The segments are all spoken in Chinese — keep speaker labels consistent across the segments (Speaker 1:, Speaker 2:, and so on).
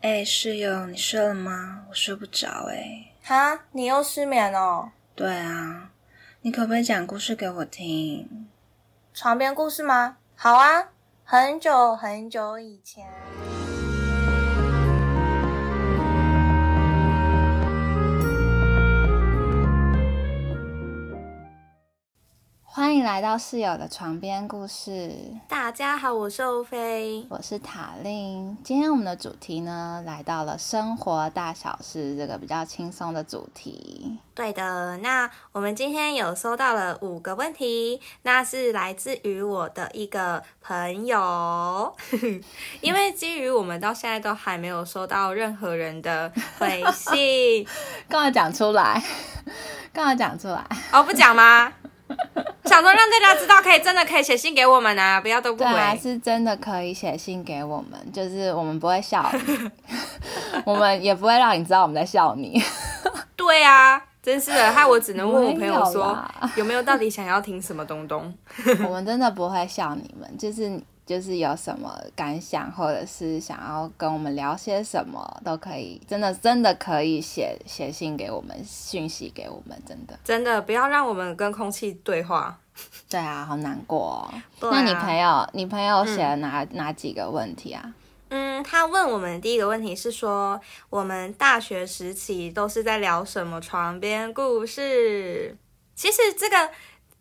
Speaker 1: 哎、室友，你睡了吗？我睡不着哎、
Speaker 2: 哈，你又失眠哦？
Speaker 1: 对啊，你可不可以讲故事给我听？
Speaker 2: 床边故事吗？好啊，很久很久以前。
Speaker 3: 欢迎来到室友的床边故事，
Speaker 2: 大家好，我是欧菲。
Speaker 3: 我是塔令。今天我们的主题呢，来到了生活大小事这个比较轻松的主题。
Speaker 2: 对的，那我们今天有收到了五个问题，那是来自于我的一个朋友， 因为基于我们到现在都还没有收到任何人的回 信，
Speaker 3: 刚好讲出来， 刚好讲出来。
Speaker 2: 哦，不讲吗？想说让大家知道，可以真的可以写信给我们啊，不要都不
Speaker 3: 对
Speaker 2: 回。
Speaker 3: 啊，是真的可以写信给我们，就是我们不会笑 你，我们也不会让你知道我们在笑你。
Speaker 2: 对啊，真是的，害我只能问我朋友
Speaker 3: 没有
Speaker 2: 说
Speaker 3: 啦
Speaker 2: 有没有到底想要听什么东东。
Speaker 3: 我们真的不会笑你们，就是就是有什么感想，或者是想要跟我们聊些什么，都可以，真的真的可以写写信给我们，讯息给我们，真的。
Speaker 2: 真的不要让我们跟空气对话。
Speaker 3: 对啊，好难过、哦。嗯
Speaker 2: 对
Speaker 3: 那
Speaker 2: 啊
Speaker 3: 你朋友，你朋友写了哪、哪几个问题啊？
Speaker 2: 嗯，他问我们第一个问题是说，我们大学时期都是在聊什么床边故事？其实这个，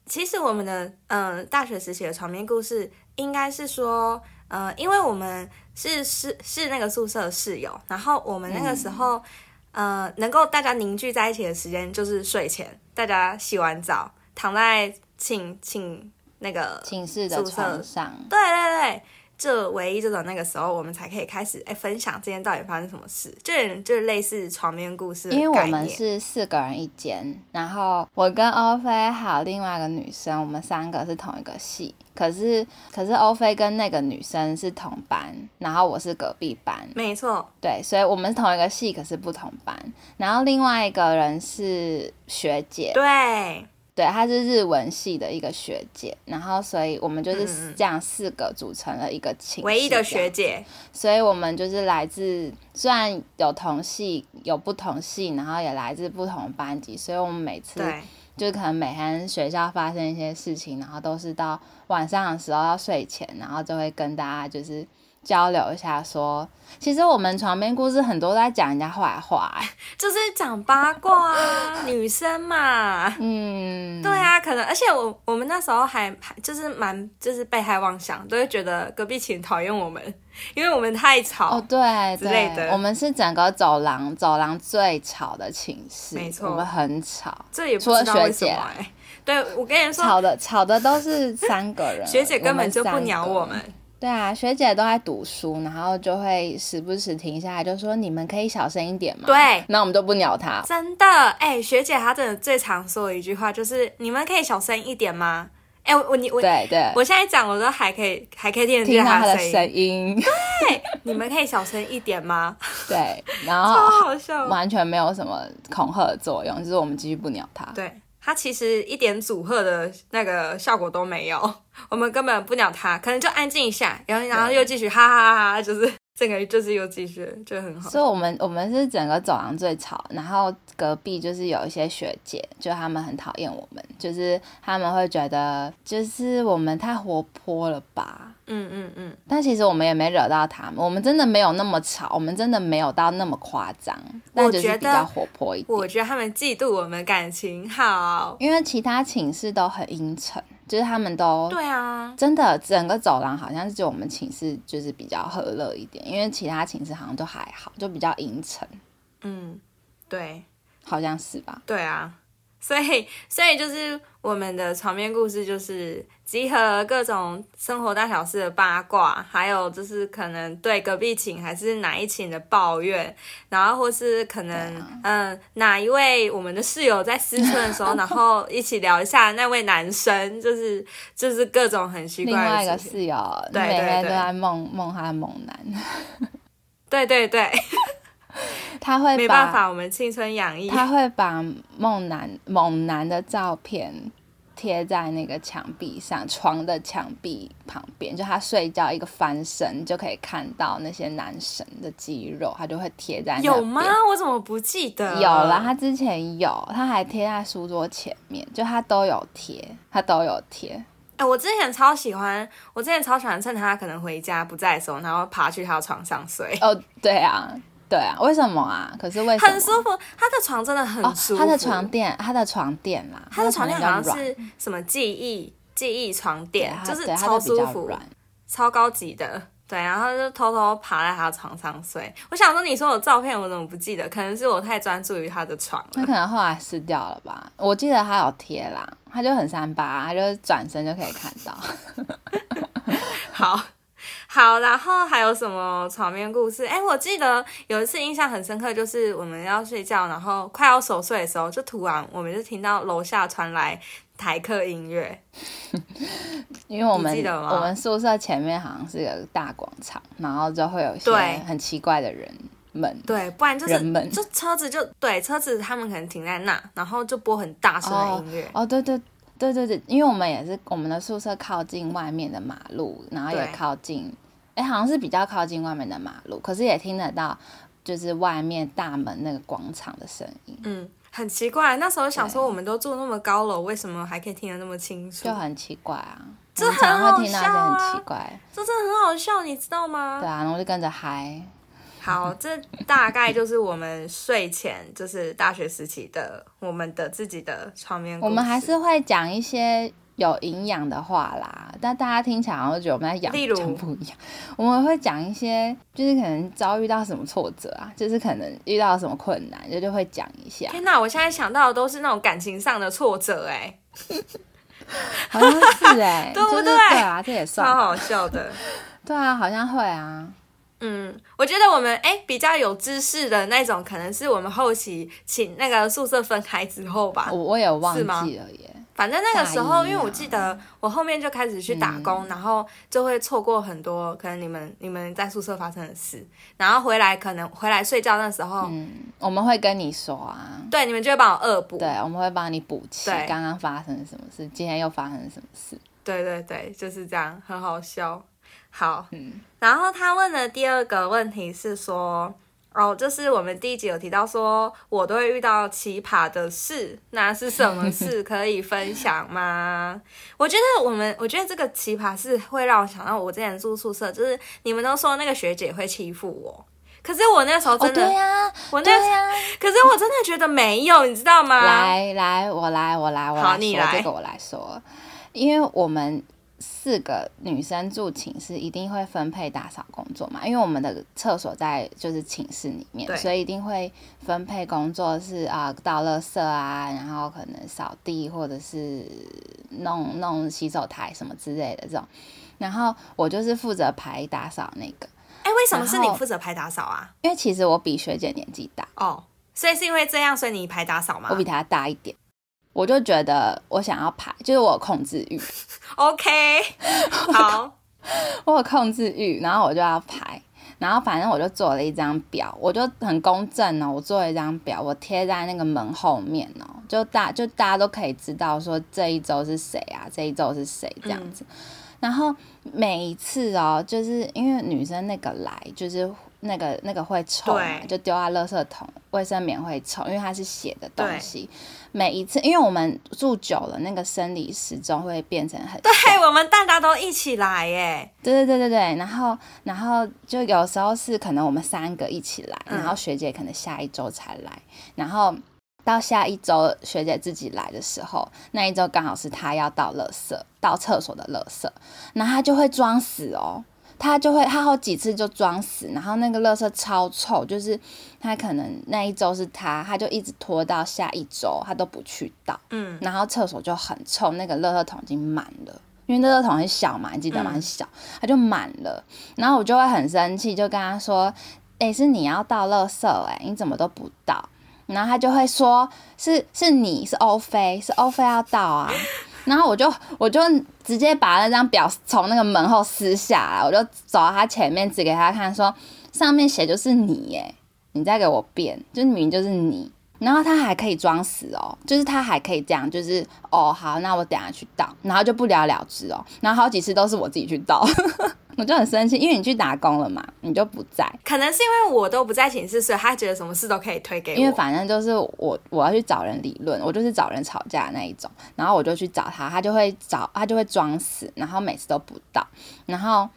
Speaker 2: 其实我们的嗯、呃大学时期的床边故事应该是说，呃，因为我们是是是那个宿舍室友，然后我们那个时候，呃，能够大家凝聚在一起的时间就是睡前，大家洗完澡躺在寝寝那个
Speaker 3: 寝室的
Speaker 2: 宿舍
Speaker 3: 床上，
Speaker 2: 对对对，就唯一这种那个时候，我们才可以开始哎分享今天到底发生什么事，就有点就是类似床边故事的
Speaker 3: 因为我
Speaker 2: 概
Speaker 3: 们
Speaker 2: 念
Speaker 3: 是四个人一间，然后我跟欧菲还有另外一个女生，我们三个是同一个系。可是可是欧菲跟那个女生是同班，然后我是隔壁班，
Speaker 2: 没错，
Speaker 3: 对，所以我们是同一个系，可是不同班。然后另外一个人是学姐，
Speaker 2: 对
Speaker 3: 对，她是日文系的一个学姐。然后所以我们就
Speaker 2: 嗯嗯
Speaker 3: 是
Speaker 2: 嗯
Speaker 3: 这样四个组成了一个寝室，
Speaker 2: 唯一的学。姐，
Speaker 3: 所以我们就是来自虽然有同系，有不同系，然后也来自不同班级，所以我们每次
Speaker 2: 对
Speaker 3: 就是可能每天学校发生一些事情，然后都是到晚上的时候要睡前，然后就会跟大家就是交流一下说，其实我们床边故事很多都在讲人家坏话、欸
Speaker 2: 就是讲八卦啊，女生嘛。
Speaker 3: 嗯，
Speaker 2: 对啊，可能而且我我们那时候还还就是蛮就是被害妄想，都会觉得隔壁寝讨厌我们， 因为我们太吵。
Speaker 3: 哦，对
Speaker 2: 之类
Speaker 3: 对，
Speaker 2: 的
Speaker 3: 我们是整个走廊走廊最吵的寝室，
Speaker 2: 没错
Speaker 3: 我们很吵，
Speaker 2: 这也不
Speaker 3: 除了
Speaker 2: 知道为
Speaker 3: 学
Speaker 2: 什
Speaker 3: 姐
Speaker 2: 么
Speaker 3: 啊
Speaker 2: 哎、对我跟你说，
Speaker 3: 吵的吵的都是三个人，
Speaker 2: 学姐根本就不
Speaker 3: 三
Speaker 2: 鸟
Speaker 3: 个
Speaker 2: 我们。
Speaker 3: 对啊，学姐都在读书，然后就会时不时停下来，就说你们可以小声一点吗？
Speaker 2: 对
Speaker 3: 那我们就不鸟她。
Speaker 2: 真的，哎、学姐她真的最常说的一句话就是：“你们可以小声一点吗？”哎、我我你我
Speaker 3: 对对，
Speaker 2: 我现在讲我都还可以还可以听得
Speaker 3: 听
Speaker 2: 见
Speaker 3: 到她的
Speaker 2: 声音。
Speaker 3: 声音，
Speaker 2: 你们可以小声一点吗？
Speaker 3: 对， 然
Speaker 2: 超
Speaker 3: 后
Speaker 2: 好笑。
Speaker 3: 完全没有什么恐吓的作用，就是我们继续不鸟她。
Speaker 2: 对他其实一点阻吓的那个效果都没有， 我们根本不鸟他，可能就安静一下，然后然后又继续哈哈哈哈，就是这个就是又继续，就很好。
Speaker 3: 所以我们我们是整个走廊最吵，然后隔壁就是有一些学姐，就她们很讨厌我们，就是她们会觉得就是我们太活泼了吧，
Speaker 2: 嗯嗯嗯，
Speaker 3: 但其实我们也没惹到他们，我们真的没有那么吵，我们真的没有到那么夸张，但就是比较活泼一
Speaker 2: 我
Speaker 3: 点。
Speaker 2: 觉得他们嫉妒我们感情好。
Speaker 3: 因为其他寝室都很阴沉，就是他们都
Speaker 2: 对啊，
Speaker 3: 真的整个走廊好像是就我们寝室就是比较和乐一点，因为其他寝室好像都还好，就比较阴沉，
Speaker 2: 嗯，对。
Speaker 3: 好像是吧？
Speaker 2: 对啊，所以所以就是我们的床边故事，就是集合各种生活大小事的八卦，还有就是可能对隔壁寝还是哪一寝的抱怨，然后或是可能、
Speaker 3: 啊
Speaker 2: 嗯哪一位我们的室友在思春的时候， 然后一起聊一下那位男生，就是就是各种很奇
Speaker 3: 另
Speaker 2: 怪
Speaker 3: 外一
Speaker 2: 的
Speaker 3: 个
Speaker 2: 事情。
Speaker 3: 室友
Speaker 2: 对
Speaker 3: 每
Speaker 2: 对
Speaker 3: 天都
Speaker 2: 对
Speaker 3: 在梦梦他的猛男，
Speaker 2: 对对对，
Speaker 3: 他会把
Speaker 2: 没办法，我们青春洋溢。
Speaker 3: 他会把梦男猛男的照片贴在那个墙壁上，床的墙壁旁边，就他睡觉一个翻身就可以看到那些男神的肌肉，他就会贴在那边
Speaker 2: 有吗？我怎么不记得？
Speaker 3: 有啦，他之前有，他还贴在书桌前面，就他都有贴，他都有贴。
Speaker 2: 哎、我之前超喜欢，我之前超喜欢趁他可能回家不在的时候，然后爬去他的床上 睡，
Speaker 3: 哦，对啊，对啊，为什么啊？可是为什么？
Speaker 2: 很舒服。他的床真的很
Speaker 3: 哦
Speaker 2: 舒服，，
Speaker 3: 他的床垫，他的床垫啦，
Speaker 2: 他的床
Speaker 3: 垫
Speaker 2: 垫
Speaker 3: 比
Speaker 2: 好
Speaker 3: 较
Speaker 2: 像
Speaker 3: 软，
Speaker 2: 是什么记忆记忆床
Speaker 3: 对
Speaker 2: 垫，
Speaker 3: 它
Speaker 2: 就是
Speaker 3: 对它
Speaker 2: 超
Speaker 3: 比
Speaker 2: 舒
Speaker 3: 较
Speaker 2: 服
Speaker 3: 软，
Speaker 2: 超高级的。对，然后就偷偷爬在他的床上睡。我想说，你说我照片我怎么不记得？可能是我太专注于他的床了。
Speaker 3: 那可能后来撕掉了吧？我记得他有贴啦，他就很三八，他就转身就可以看到。
Speaker 2: 好 好，然后还有什么床边故事？哎，我记得有一次印象很深刻，就是我们要睡觉，然后快要熟睡的时候，就突然我们就听到楼下传来台客音乐，
Speaker 3: 因为我
Speaker 2: 你
Speaker 3: 们
Speaker 2: 记得吗
Speaker 3: 我们宿舍前面好像是个大广场，然后就会有一些
Speaker 2: 对
Speaker 3: 很奇怪的人们，
Speaker 2: 对，不然就是
Speaker 3: 人们
Speaker 2: 就车子就对车子他们可能停在那，然后就播很大声的音乐，
Speaker 3: 哦，对对对对对，因为我们也是我们的宿舍靠近外面的马路，然后也
Speaker 2: 对
Speaker 3: 靠近，哎，好像是比较靠近外面的马路，可是也听得到就是外面大门那个广场的声音，
Speaker 2: 嗯，很奇怪。那时候想说，我们都住那么高楼，为什么还可以听得那么清楚
Speaker 3: 就？很奇怪啊。
Speaker 2: 这
Speaker 3: 我们常常
Speaker 2: 很
Speaker 3: 会听到一
Speaker 2: 好
Speaker 3: 些
Speaker 2: 笑啊
Speaker 3: 很奇怪，
Speaker 2: 这真的很好笑，你知道吗？
Speaker 3: 对啊，然后就跟着嗨，
Speaker 2: 好， 这大概就是我们睡前，就是大学时期的我们的自己的床边故
Speaker 3: 我
Speaker 2: 事。
Speaker 3: 们还是会讲一些有营养的话啦，但大家听起来好像觉得我们在养
Speaker 2: 例如
Speaker 3: 讲不一样。我们会讲一些，就是可能遭遇到什么挫折啊，就是可能遇到什么困难，就就会讲一 下，
Speaker 2: 天哪！我现在想到的都是那种感情上的挫折、哎，
Speaker 3: 好像是哎、
Speaker 2: 对
Speaker 3: 就
Speaker 2: 不
Speaker 3: 是
Speaker 2: 对
Speaker 3: 对啊，这也
Speaker 2: 超
Speaker 3: 算吧
Speaker 2: 好 笑的。
Speaker 3: 对啊，好像会啊，
Speaker 2: 嗯，我觉得我们哎、比较有知识的那种，可能是我们后期请那个宿舍分开之后吧
Speaker 3: 我。我也忘
Speaker 2: 啊是吗
Speaker 3: 记了耶。
Speaker 2: 反正那个时
Speaker 3: 哦大
Speaker 2: 候，
Speaker 3: 一啊嗯
Speaker 2: 因为我记得我后面就开始去打工，然后就会错过很多可能你们你们在宿舍发生的事，然后回来可能回来睡觉那时候，
Speaker 3: 嗯，我们会跟你说啊，
Speaker 2: 对你们就会帮我恶补。
Speaker 3: 对，我们会帮你补齐
Speaker 2: 对
Speaker 3: 刚刚发生了什么事，今天又发生了什么事。
Speaker 2: 对对对，就是这样，很好笑。好，
Speaker 3: 嗯
Speaker 2: 然后他问的第二个问题是说，哦，就是我们第一集有提到说，我都会遇到奇葩的事，那是什 么事可以分享吗？我觉得我们，我觉得这个奇葩事会让我想到我之前住宿舍，就是你们都说那个学姐会欺负我，可是我那时候
Speaker 3: 哦，
Speaker 2: 真的，
Speaker 3: 对呀、
Speaker 2: 我
Speaker 3: 对啊
Speaker 2: 那，
Speaker 3: 呀、
Speaker 2: 可是我真的觉得没有，你知道吗？
Speaker 3: 来来，我来，我来，我
Speaker 2: 啊好
Speaker 3: 来
Speaker 2: 你
Speaker 3: 说
Speaker 2: 来
Speaker 3: 这个，我来说，因为我们四个女生住寝室，一定会分配打扫工作嘛，因为我们的厕所在就是寝室里
Speaker 2: 对
Speaker 3: 面，所以一定会分配工作是啊、倒垃圾啊，然后可能扫地或者是弄弄洗手台什么之类的这种。然后我就是负责排打扫那个，
Speaker 2: 哎，为什么是你
Speaker 3: 然后
Speaker 2: 负责排打扫啊？
Speaker 3: 因为其实我比学姐年纪大，
Speaker 2: 哦，所以是因为这样，所以你排打扫吗
Speaker 3: 我比她大一点，我就觉得我想要排，就是我有控制欲。
Speaker 2: ？OK，好，
Speaker 3: 我有控制欲，然后我就要排，然后反正我就做了一张表，我就很公正哦，我做了一张表，我贴在那个门后面哦，就大就大家都可以知道说这一周是谁啊，这一周是谁这样子。
Speaker 2: 嗯
Speaker 3: 然后每一次哦，就是因为女生那个来就是。那个那个会臭嘛，
Speaker 2: 对
Speaker 3: 就丢在垃圾桶，卫生棉会臭，因为它是血的东
Speaker 2: 对
Speaker 3: 西。每一次，因为我们住久了，那个生理时钟会变成很
Speaker 2: 对，我们大家都一起来耶。
Speaker 3: 对对对对对，然后然后就有时候是可能我们三个一起来，
Speaker 2: 嗯
Speaker 3: 然后学姐可能下一周才来，然后到下一周学姐自己来的时候，那一周刚好是她要倒垃圾，倒厕所的垃圾，然后她就会装死哦。她就会，她好几次就装死，然后那个垃圾超臭，就是她可能那一周是她，她就一直拖到下一周，她都不去倒。
Speaker 2: 嗯，
Speaker 3: 然后厕所就很臭，那个垃圾桶已经满了。因为垃圾桶很小嘛，你记得吗？
Speaker 2: 嗯
Speaker 3: 很小，它就满了。然后我就会很生气，就跟他说：“诶，是你要倒垃圾、诶，你怎么都不倒？”然后他就会说：“是是你是欧菲，是欧菲要倒啊。” 然后我就我就直接把那张表从那个门后撕下来，我就走到他前面指给他看，说：“上面写就是你、诶，你再给我变，就明明就是你。”然后他还可以装死哦，就是他还可以这样，就是哦好，那我等下去倒，然后就不了了之哦。然后好几次都是我自己去倒， 我就很生气，因为你去打工了嘛，你就不在，
Speaker 2: 可能是因为我都不在寝室，所以他觉得什么事都可以推给我。
Speaker 3: 因为反正就是我我要去找人理论，我就是找人吵架的那一种，然后我就去找他，他就会找他就会装死，然后每次都不到，然后。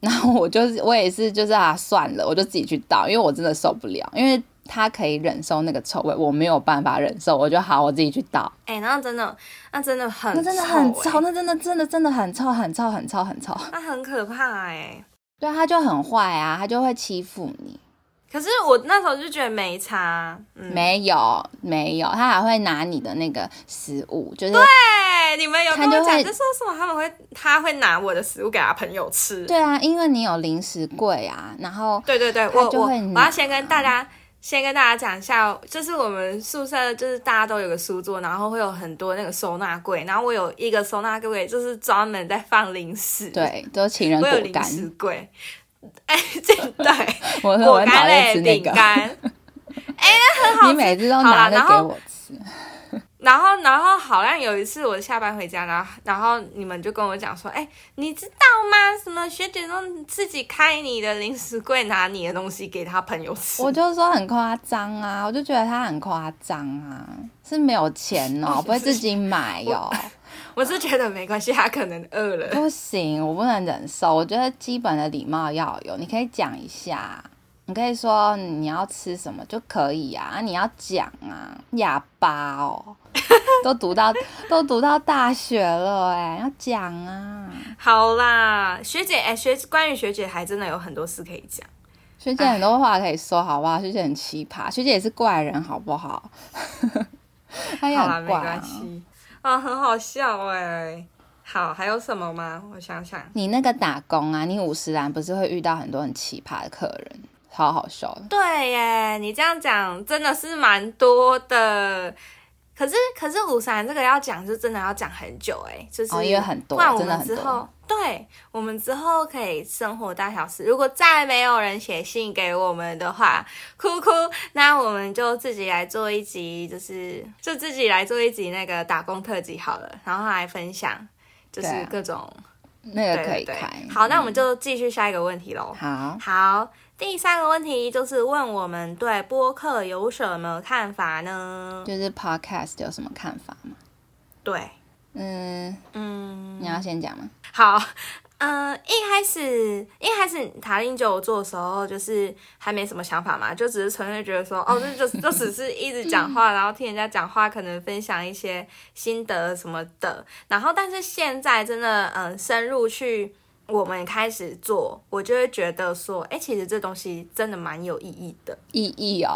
Speaker 3: 然后我就是我也是就是啊算了，我就自己去倒，因为我真的受不了，因为他可以忍受那个臭味，我没有办法忍受，我就好我自己去倒。
Speaker 2: 哎、那真的，那真的很、
Speaker 3: 那真的很
Speaker 2: 臭
Speaker 3: 臭，
Speaker 2: 欸，
Speaker 3: 那真的真的真的很臭，很臭，很臭，很臭。
Speaker 2: 那很可怕哎、
Speaker 3: 对，他就很坏啊，他就会欺负你。
Speaker 2: 可是我那时候就觉得没差，嗯，
Speaker 3: 没有，没有，他还会拿你的那个食物，就是
Speaker 2: 哎，你们有跟
Speaker 3: 他
Speaker 2: 我
Speaker 3: 就
Speaker 2: 讲，
Speaker 3: 会
Speaker 2: 就说什么他们会，他会拿我的食物给他朋友吃。
Speaker 3: 对啊，因为你有零食柜啊，然后
Speaker 2: 对对对，
Speaker 3: 他
Speaker 2: 我
Speaker 3: 就
Speaker 2: 我
Speaker 3: 会
Speaker 2: 我
Speaker 3: 拿
Speaker 2: 要先跟大家先跟大家讲一下，哦就是我们宿舍就是大家都有个书桌，然后会有很多那个收纳柜，然后我有一个收纳柜就是专门在放零食，，
Speaker 3: 对，都情人
Speaker 2: 我
Speaker 3: 果
Speaker 2: 有零
Speaker 3: 干，
Speaker 2: 食柜，哎，这对
Speaker 3: 我说我
Speaker 2: 果
Speaker 3: 会
Speaker 2: 干
Speaker 3: 跑去
Speaker 2: 类
Speaker 3: 吃那
Speaker 2: 饼
Speaker 3: 个，
Speaker 2: 干。
Speaker 3: 你每次都
Speaker 2: 好啦
Speaker 3: 拿
Speaker 2: 然
Speaker 3: 那
Speaker 2: 后
Speaker 3: 给我吃，
Speaker 2: 然后，然后好像有一次我下班回家，然后，然后你们就跟我讲说，哎，你知道吗？什么学姐都自己开你的零食柜，拿你的东西给她朋友吃。
Speaker 3: 我就说很夸张啊，我就觉得他很夸张啊，是没有钱 哦，不会自己买哦哟、
Speaker 2: 我是觉得没关系，她可能饿了。
Speaker 3: 不行，我不能忍受。我觉得基本的礼貌要有，你可以讲一下，你可以说你要吃什么就可以啊，啊你要讲啊，哑巴 哦，都读到都读到大学了哎、要讲啊。
Speaker 2: 好啦，学姐，哎、学关于学姐还真的有很多事可以讲。
Speaker 3: 学姐很多话可以说，好不好？学姐很奇葩，学姐也是怪人，好不好？ 她也
Speaker 2: 好啦，
Speaker 3: 很
Speaker 2: 没
Speaker 3: 怪、
Speaker 2: 关
Speaker 3: 啊。
Speaker 2: 系。啊、很好笑哎、好，还有什么吗？我想想，
Speaker 3: 你那个打工啊，你五十兰不是会遇到很多很奇葩的客人，超好笑的。
Speaker 2: 对耶，你这样讲真的是蛮多的。可是，可是五三这个要讲是真的要讲很久哎，就是、
Speaker 3: 哦因为很多
Speaker 2: 不然我
Speaker 3: 真的
Speaker 2: 们
Speaker 3: 很
Speaker 2: 之
Speaker 3: 多
Speaker 2: 后，对我们之后可以生活大小事。如果再没有人写信给我们的话，哭哭，那我们就自己来做一集，就是就自己来做一集那个打工特辑好了，然后来分享，就是
Speaker 3: 对啊
Speaker 2: 各种
Speaker 3: 那个可以
Speaker 2: 对对
Speaker 3: 开。嗯
Speaker 2: 对好，那我们就继续下一个问题喽。
Speaker 3: 好，
Speaker 2: 好，第三个问题就是问我们对播客有什么看法呢？
Speaker 3: 就是 podcast 有什么看法吗？
Speaker 2: 对，
Speaker 3: 嗯，
Speaker 2: 嗯，
Speaker 3: 你要先讲吗？
Speaker 2: 好，嗯，一开始一开始塔林九做的时候，就是还没什么想法嘛，就只是纯粹觉得说，哦，这就就只是一直讲话，然后听人家讲话，可能分享一些心得什么的。然后，但是现在真的，嗯，深入去。我们开始做，我就会觉得说，哎、其实这东西真的蛮有意义的。
Speaker 3: 意义哦，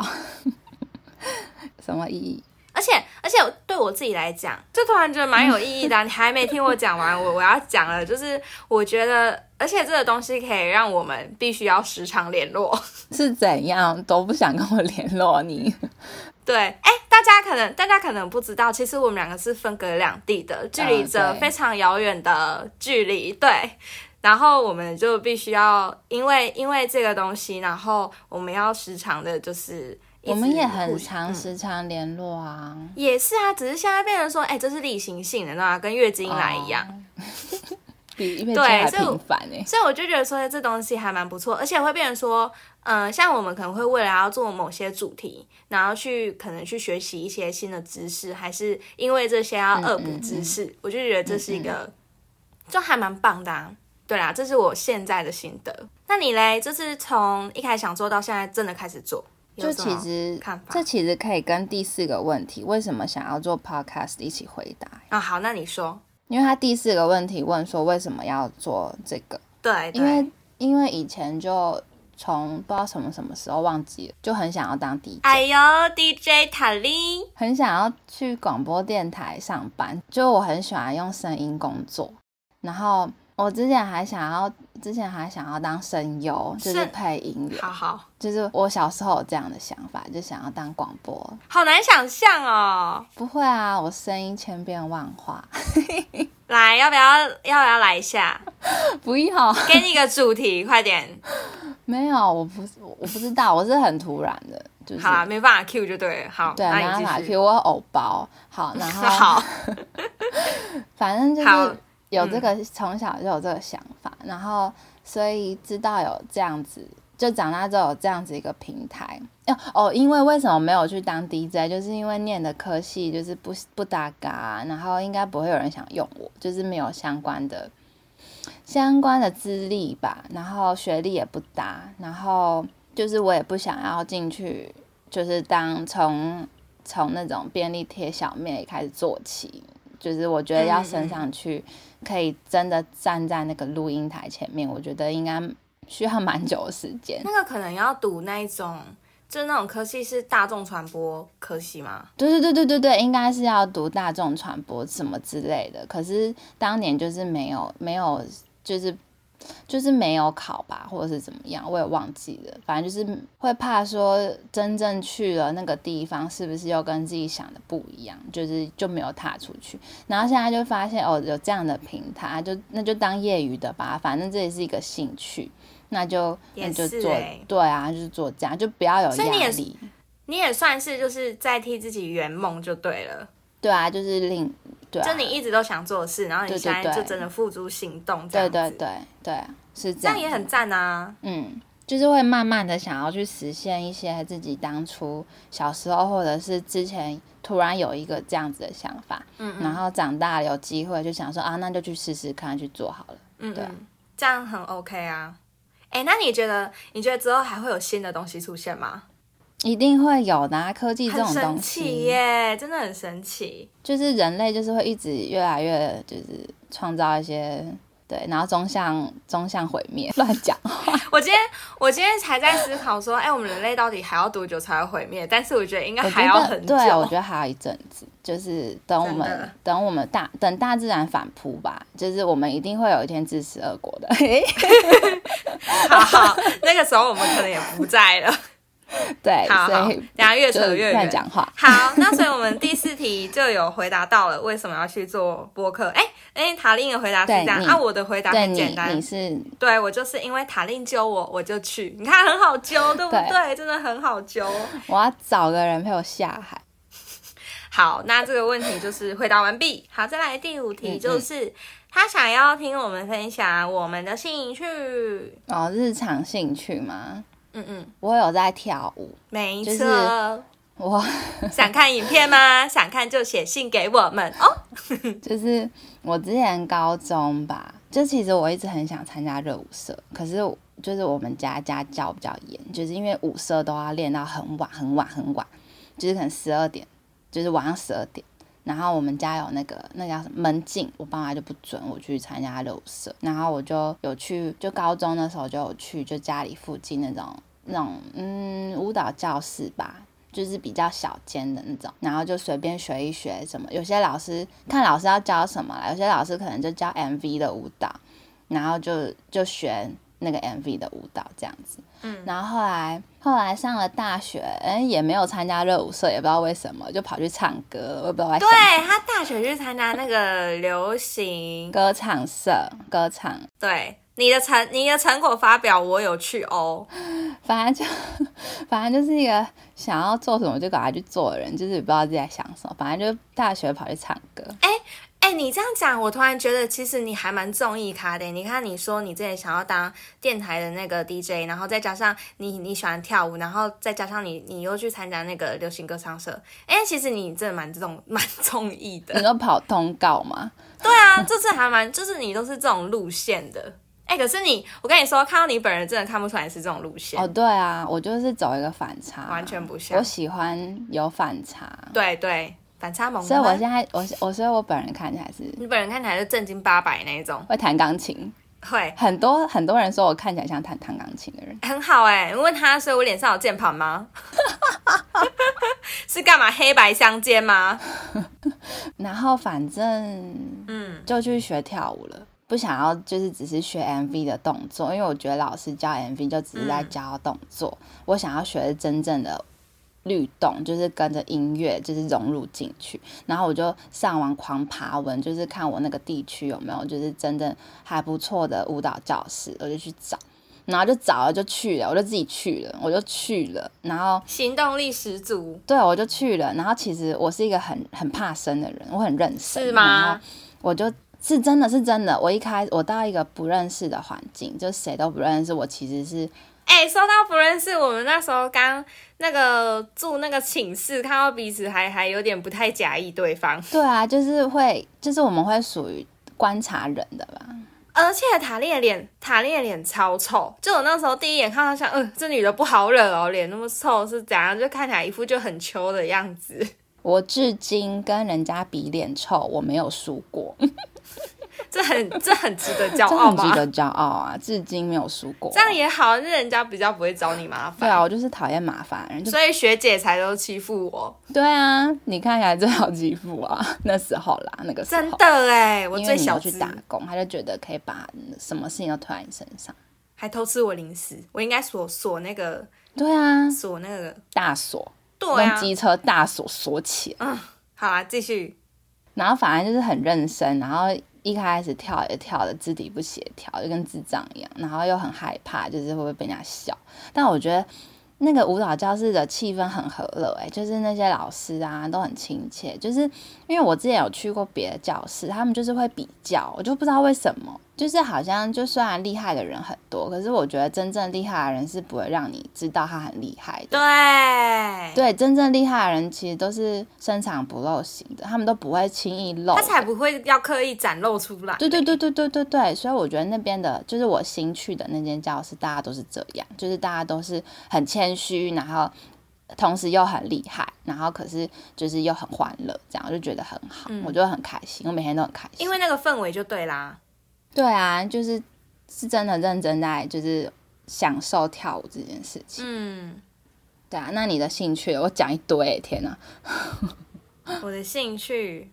Speaker 3: 什么意义？
Speaker 2: 而且而且对我自己来讲，就突然觉得蛮有意义的啊、你还没听我讲完，我我要讲了，就是我觉得，而且这个东西可以让我们必须要时常联络。
Speaker 3: 是怎样都不想跟我联络 你？
Speaker 2: 对，哎，大家可能大家可能不知道，其实我们两个是分隔两地的，距离着
Speaker 3: 嗯对
Speaker 2: 非常遥远的距离。对。然后我们就必须要，因为因为这个东西，然后我们要时常的，就是一
Speaker 3: 我们
Speaker 2: 直
Speaker 3: 也
Speaker 2: 互
Speaker 3: 很
Speaker 2: 相
Speaker 3: 常
Speaker 2: 嗯
Speaker 3: 时常联络啊，
Speaker 2: 也是啊，只是现在变成说，哎、这是例行性的，那跟月经来一
Speaker 3: 哦
Speaker 2: 样。
Speaker 3: 比因为
Speaker 2: 对
Speaker 3: 还
Speaker 2: 所以我
Speaker 3: 频繁哎。
Speaker 2: 所以我就觉得说这东西还蛮不错，而且会变成说，嗯、像我们可能会为了要做某些主题，然后去可能去学习一些新的知识，还是因为这些要
Speaker 3: 嗯
Speaker 2: 恶补知识，我就觉得这是一个，就还蛮棒的、啊。对啦，这是我现在的心得。那你嘞，就是从一开始想做到现在真的开始做，有
Speaker 3: 就
Speaker 2: 什么
Speaker 3: 其实
Speaker 2: 看法
Speaker 3: 这其实可以跟第四个问题为什么想要做 podcast 一起回答，
Speaker 2: 啊、好，那你说，
Speaker 3: 因为他第四个问题问说为什么要做这个，
Speaker 2: 对，
Speaker 3: 因
Speaker 2: 对
Speaker 3: 为因为以前就从不知道什么什么时候忘记了，就很想要当 DJ。
Speaker 2: 哎呦，DJ 塔莉，
Speaker 3: 很想要去广播电台上班，就我很喜欢用声音工作。然后我之前还想要，之前还想要当声优，就是
Speaker 2: 是
Speaker 3: 配音员
Speaker 2: 好，好。
Speaker 3: 就是我小时候有这样的想法，就想要当广播。
Speaker 2: 好难想象哦。
Speaker 3: 不会啊，我声音千变万化，
Speaker 2: 来，要不要要不要来一下？
Speaker 3: 不要，
Speaker 2: 给你一个主题，快点。
Speaker 3: 没有，我不，我不知道，我是很突然的，就是
Speaker 2: 好啦，没办法 Q 就对了。好，
Speaker 3: 对，啊
Speaker 2: 那
Speaker 3: 没
Speaker 2: 你
Speaker 3: 办法
Speaker 2: 继续。
Speaker 3: Q 我有偶包。好，然后
Speaker 2: 好，
Speaker 3: 反正就
Speaker 2: 好
Speaker 3: 是有这个从、小就有这个想法，然后所以知道有这样子，就长大之后有这样子一个平台。哦，因为为什么没有去当 DJ，就是因为念的科系就是不不搭嘎，然后应该不会有人想用我，就是没有相关的相关的资历吧，然后学历也不搭，然后就是我也不想要进去，就是当从从那种便利贴小妹开始做起，就是我觉得要升上去，可以真的站在那个录音台前面，我觉得应该需要蛮久的时间。
Speaker 2: 那个可能要读那一种，就是那种科系是大众传播科系吗？
Speaker 3: 对对对对对对，应该是要读大众传播什么之类的。可是当年就是没有没有，就是就是没有考吧，或者是怎么样，我也忘记了。反正就是会怕说，真正去了那个地方，是不是又跟自己想的不一样，就是就没有踏出去。然后现在就发现哦，有这样的平台，就那就当业余的吧，反正这也是一个兴趣，那就那
Speaker 2: 也
Speaker 3: 就是做、
Speaker 2: 欸
Speaker 3: 对啊，就是做这样，就不要有
Speaker 2: 所以你
Speaker 3: 压
Speaker 2: 也是
Speaker 3: 力。
Speaker 2: 你也算是就是在替自己圆梦就对了，
Speaker 3: 对啊，就是另对、啊，
Speaker 2: 就你一直都想做的事，然后你
Speaker 3: 对对
Speaker 2: 现在
Speaker 3: 对
Speaker 2: 就真的付诸行动，这
Speaker 3: 对
Speaker 2: 样
Speaker 3: 对
Speaker 2: 子
Speaker 3: 对对，是这
Speaker 2: 这
Speaker 3: 样
Speaker 2: 样
Speaker 3: 子，
Speaker 2: 也很赞啊。
Speaker 3: 嗯，就是会慢慢的想要去实现一些自己当初小时候或者是之前突然有一个这样子的想法，
Speaker 2: 嗯嗯
Speaker 3: 然后长大了有机会就想说啊，那就去试试看，去做好了。
Speaker 2: 嗯
Speaker 3: 对啊
Speaker 2: 嗯，这样很 OK 啊。哎，那你觉得你觉得之后还会有新的东西出现吗？
Speaker 3: 一定会有的、啊，科技这
Speaker 2: 很
Speaker 3: 种
Speaker 2: 神
Speaker 3: 东
Speaker 2: 奇
Speaker 3: 西，
Speaker 2: 耶，真的很神奇。
Speaker 3: 就是人类就是会一直越来越就是创造一些对，然后中向中向毁灭， 乱讲
Speaker 2: 我今天我今天才在思考说，哎、我们人类到底还要多久才会毁灭？但是我觉得应该
Speaker 3: 我觉
Speaker 2: 还要
Speaker 3: 得
Speaker 2: 很久
Speaker 3: 对，。我觉得还有一阵子，就是等我
Speaker 2: 真
Speaker 3: 们
Speaker 2: 的
Speaker 3: 等我们大等大自然反扑吧，就是我们一定会有一天自食恶果 的。嘿
Speaker 2: 好好，那个时候我们可能也不在了。
Speaker 3: 对，
Speaker 2: 好好，
Speaker 3: 所
Speaker 2: 等
Speaker 3: 以
Speaker 2: 一下越
Speaker 3: 就
Speaker 2: 扯越
Speaker 3: 乱
Speaker 2: 远。
Speaker 3: 讲话。
Speaker 2: 好，那所以我们第四题就有回答到了，为什么要去做播客？哎、哎、塔令的回答是
Speaker 3: 对
Speaker 2: 这样，
Speaker 3: 你
Speaker 2: 啊，我的回答
Speaker 3: 对
Speaker 2: 很
Speaker 3: 你
Speaker 2: 简，单，
Speaker 3: 你是
Speaker 2: 对我就是因为塔令揪我，我就去。你看很好揪，对不对？
Speaker 3: 对
Speaker 2: 真的很好揪。
Speaker 3: 我要找个人陪我下海。
Speaker 2: 好，那这个问题就是回答完毕。好，再来第五
Speaker 3: 嗯
Speaker 2: 题，
Speaker 3: 嗯
Speaker 2: 就是、他想要听我们分享我们的兴趣。
Speaker 3: 哦，日常兴趣吗？
Speaker 2: 嗯嗯，
Speaker 3: 我有在跳舞，
Speaker 2: 没错。
Speaker 3: 就是 我
Speaker 2: 想看影片吗？想看就写信给我们哦。
Speaker 3: 就是我之前高中吧，就其实我一直很想参加热舞社，可是就是我们家家教比较严，就是因为舞社都要练到很晚很晚很晚，就是可能十二点，就是晚上十二点。然后我们家有那个那叫什么门禁，我爸妈就不准我去参加热舞社。然后我就有去，就高中的时候就有去，就家里附近那种那种嗯舞蹈教室吧，就是比较小间的那种，然后就随便学一学什么。有些老师看老师要教什么啦，有些老师可能就教 MV 的舞蹈，然后就就学那个 MV 的舞蹈这样子。
Speaker 2: 嗯
Speaker 3: 然后后来后来上了大学，哎，也没有参加热舞社，也不知道为什么，就跑去唱歌了，我也不知道我在
Speaker 2: 对
Speaker 3: 想什么
Speaker 2: 他大学去参加那个流行，
Speaker 3: 歌唱社歌唱，
Speaker 2: 对你的成你的成果发表，我有去哦。
Speaker 3: 反正就 反正就是一个想要做什么就赶快去做的人，就是也不知道自己在想什么，反正就大学跑去唱歌。
Speaker 2: 哎、你这样讲，我突然觉得其实你还蛮综艺咖的。欸你看，你说你之前想要当电台的那个 DJ，然后再加上你你喜欢跳舞，然后再加上你你又去参加那个流行歌唱社，哎、其实你真的蛮这种蛮综艺
Speaker 3: 你
Speaker 2: 的。
Speaker 3: 说跑通告吗？
Speaker 2: 对啊，就是还蛮就是你都是这种路线的。哎、可是你，我跟你说，看到你本人真的看不出来是这种路线，
Speaker 3: 哦，对啊，我就是走一个反差啊，
Speaker 2: 完全不像
Speaker 3: 我。喜欢有反差，
Speaker 2: 对对，反差萌。
Speaker 3: 所以我现在我我所以我本人看起来是
Speaker 2: 你本人看起来就正经八百那一种，
Speaker 3: 会弹钢琴，
Speaker 2: 会
Speaker 3: 很多很多人说我看起来像弹弹钢琴的人，
Speaker 2: 很好哎、你问他，所以我脸上有键盘吗？ 是干嘛黑白相间吗？
Speaker 3: 然后反正
Speaker 2: 嗯，
Speaker 3: 就去学跳舞了。不想要就是只是学 MV 的动作，因为我觉得老师教 MV 就只是在
Speaker 2: 嗯
Speaker 3: 教动作，我想要学真正的律动，就是跟着音乐就是融入进去。然后我就上网狂爬文，就是看我那个地区有没有就是真正还不错的舞蹈教室，我就去找。然后就找了就去了，我就自己去了，我就去了，然后
Speaker 2: 行动力十足，
Speaker 3: 对啊我就去了，然后其实我是一个很很怕生的人，我很认生，
Speaker 2: 是吗
Speaker 3: 然后我就是真的是真的，我一开我到一个不认识的环境，就谁都不认识，我其实是
Speaker 2: 哎、说到不认识，我们那时候刚那个住那个寝室，看到彼此还还有点不太假意对方。
Speaker 3: 对啊，就是会就是我们会属于观察人的吧，
Speaker 2: 而且塔莉的脸，塔莉的脸超臭，就我那时候第一眼看到像，嗯、这女的不好惹哦，脸那么臭是怎样？就看起来一副就很秋的样子。
Speaker 3: 我至今跟人家比脸臭，我没有输 过，
Speaker 2: 这很这很值得骄
Speaker 3: 这
Speaker 2: 傲
Speaker 3: 很 值
Speaker 2: 吧？
Speaker 3: 得骄傲啊！至今没有输过。啊
Speaker 2: 这样也好，那人家比较不会找你麻
Speaker 3: 对
Speaker 2: 烦。
Speaker 3: 啊，我就是讨厌麻烦人，就
Speaker 2: 所以学姐才都欺负我，
Speaker 3: 对啊，你看起来最好欺负啊， 那时候啦，那个时候
Speaker 2: 真的哎，我
Speaker 3: 因
Speaker 2: 最
Speaker 3: 为你
Speaker 2: 小
Speaker 3: 要去
Speaker 2: 只，
Speaker 3: 打工，他就觉得可以把什么事情都推在你身上。
Speaker 2: 还偷吃我零食，我应该锁锁那个
Speaker 3: 对啊，
Speaker 2: 锁那个，
Speaker 3: 大锁、
Speaker 2: 对
Speaker 3: 用
Speaker 2: 啊，
Speaker 3: 机车大锁锁起来，
Speaker 2: 好啊，继续。
Speaker 3: 然后反正就是很认真，然后一开始跳也跳的肢体不协调，就跟智障一样，然后又很害怕，就是会不会被人家笑。但我觉得那个舞蹈教室的气氛很和乐，哎，就是那些老师啊都很亲切，就是因为我之前有去过别的教室，他们就是会比较，我就不知道为什么，就是好像就虽然厉害的人很多，可是我觉得真正厉害的人是不会让你知道他很厉害的。
Speaker 2: 对，
Speaker 3: 对，真正厉害的人其实都是深藏不露型的，他们都不会轻易露。
Speaker 2: 他才不会要刻意展露出来。
Speaker 3: 对对对对对对对，所以我觉得那边的，就是我新去的那间教室，大家都是这样，就是大家都是很谦虚，然后同时又很厉害，然后可是就是又很欢乐，这样我就觉得很好，我就很开心，我每天都很开心。
Speaker 2: 嗯因为那个氛围就对啦。
Speaker 3: 对啊，就是是真的认真在就是享受跳舞这件事情。
Speaker 2: 嗯，
Speaker 3: 对啊，那你的兴趣我讲一堆，天哪！
Speaker 2: 我的兴趣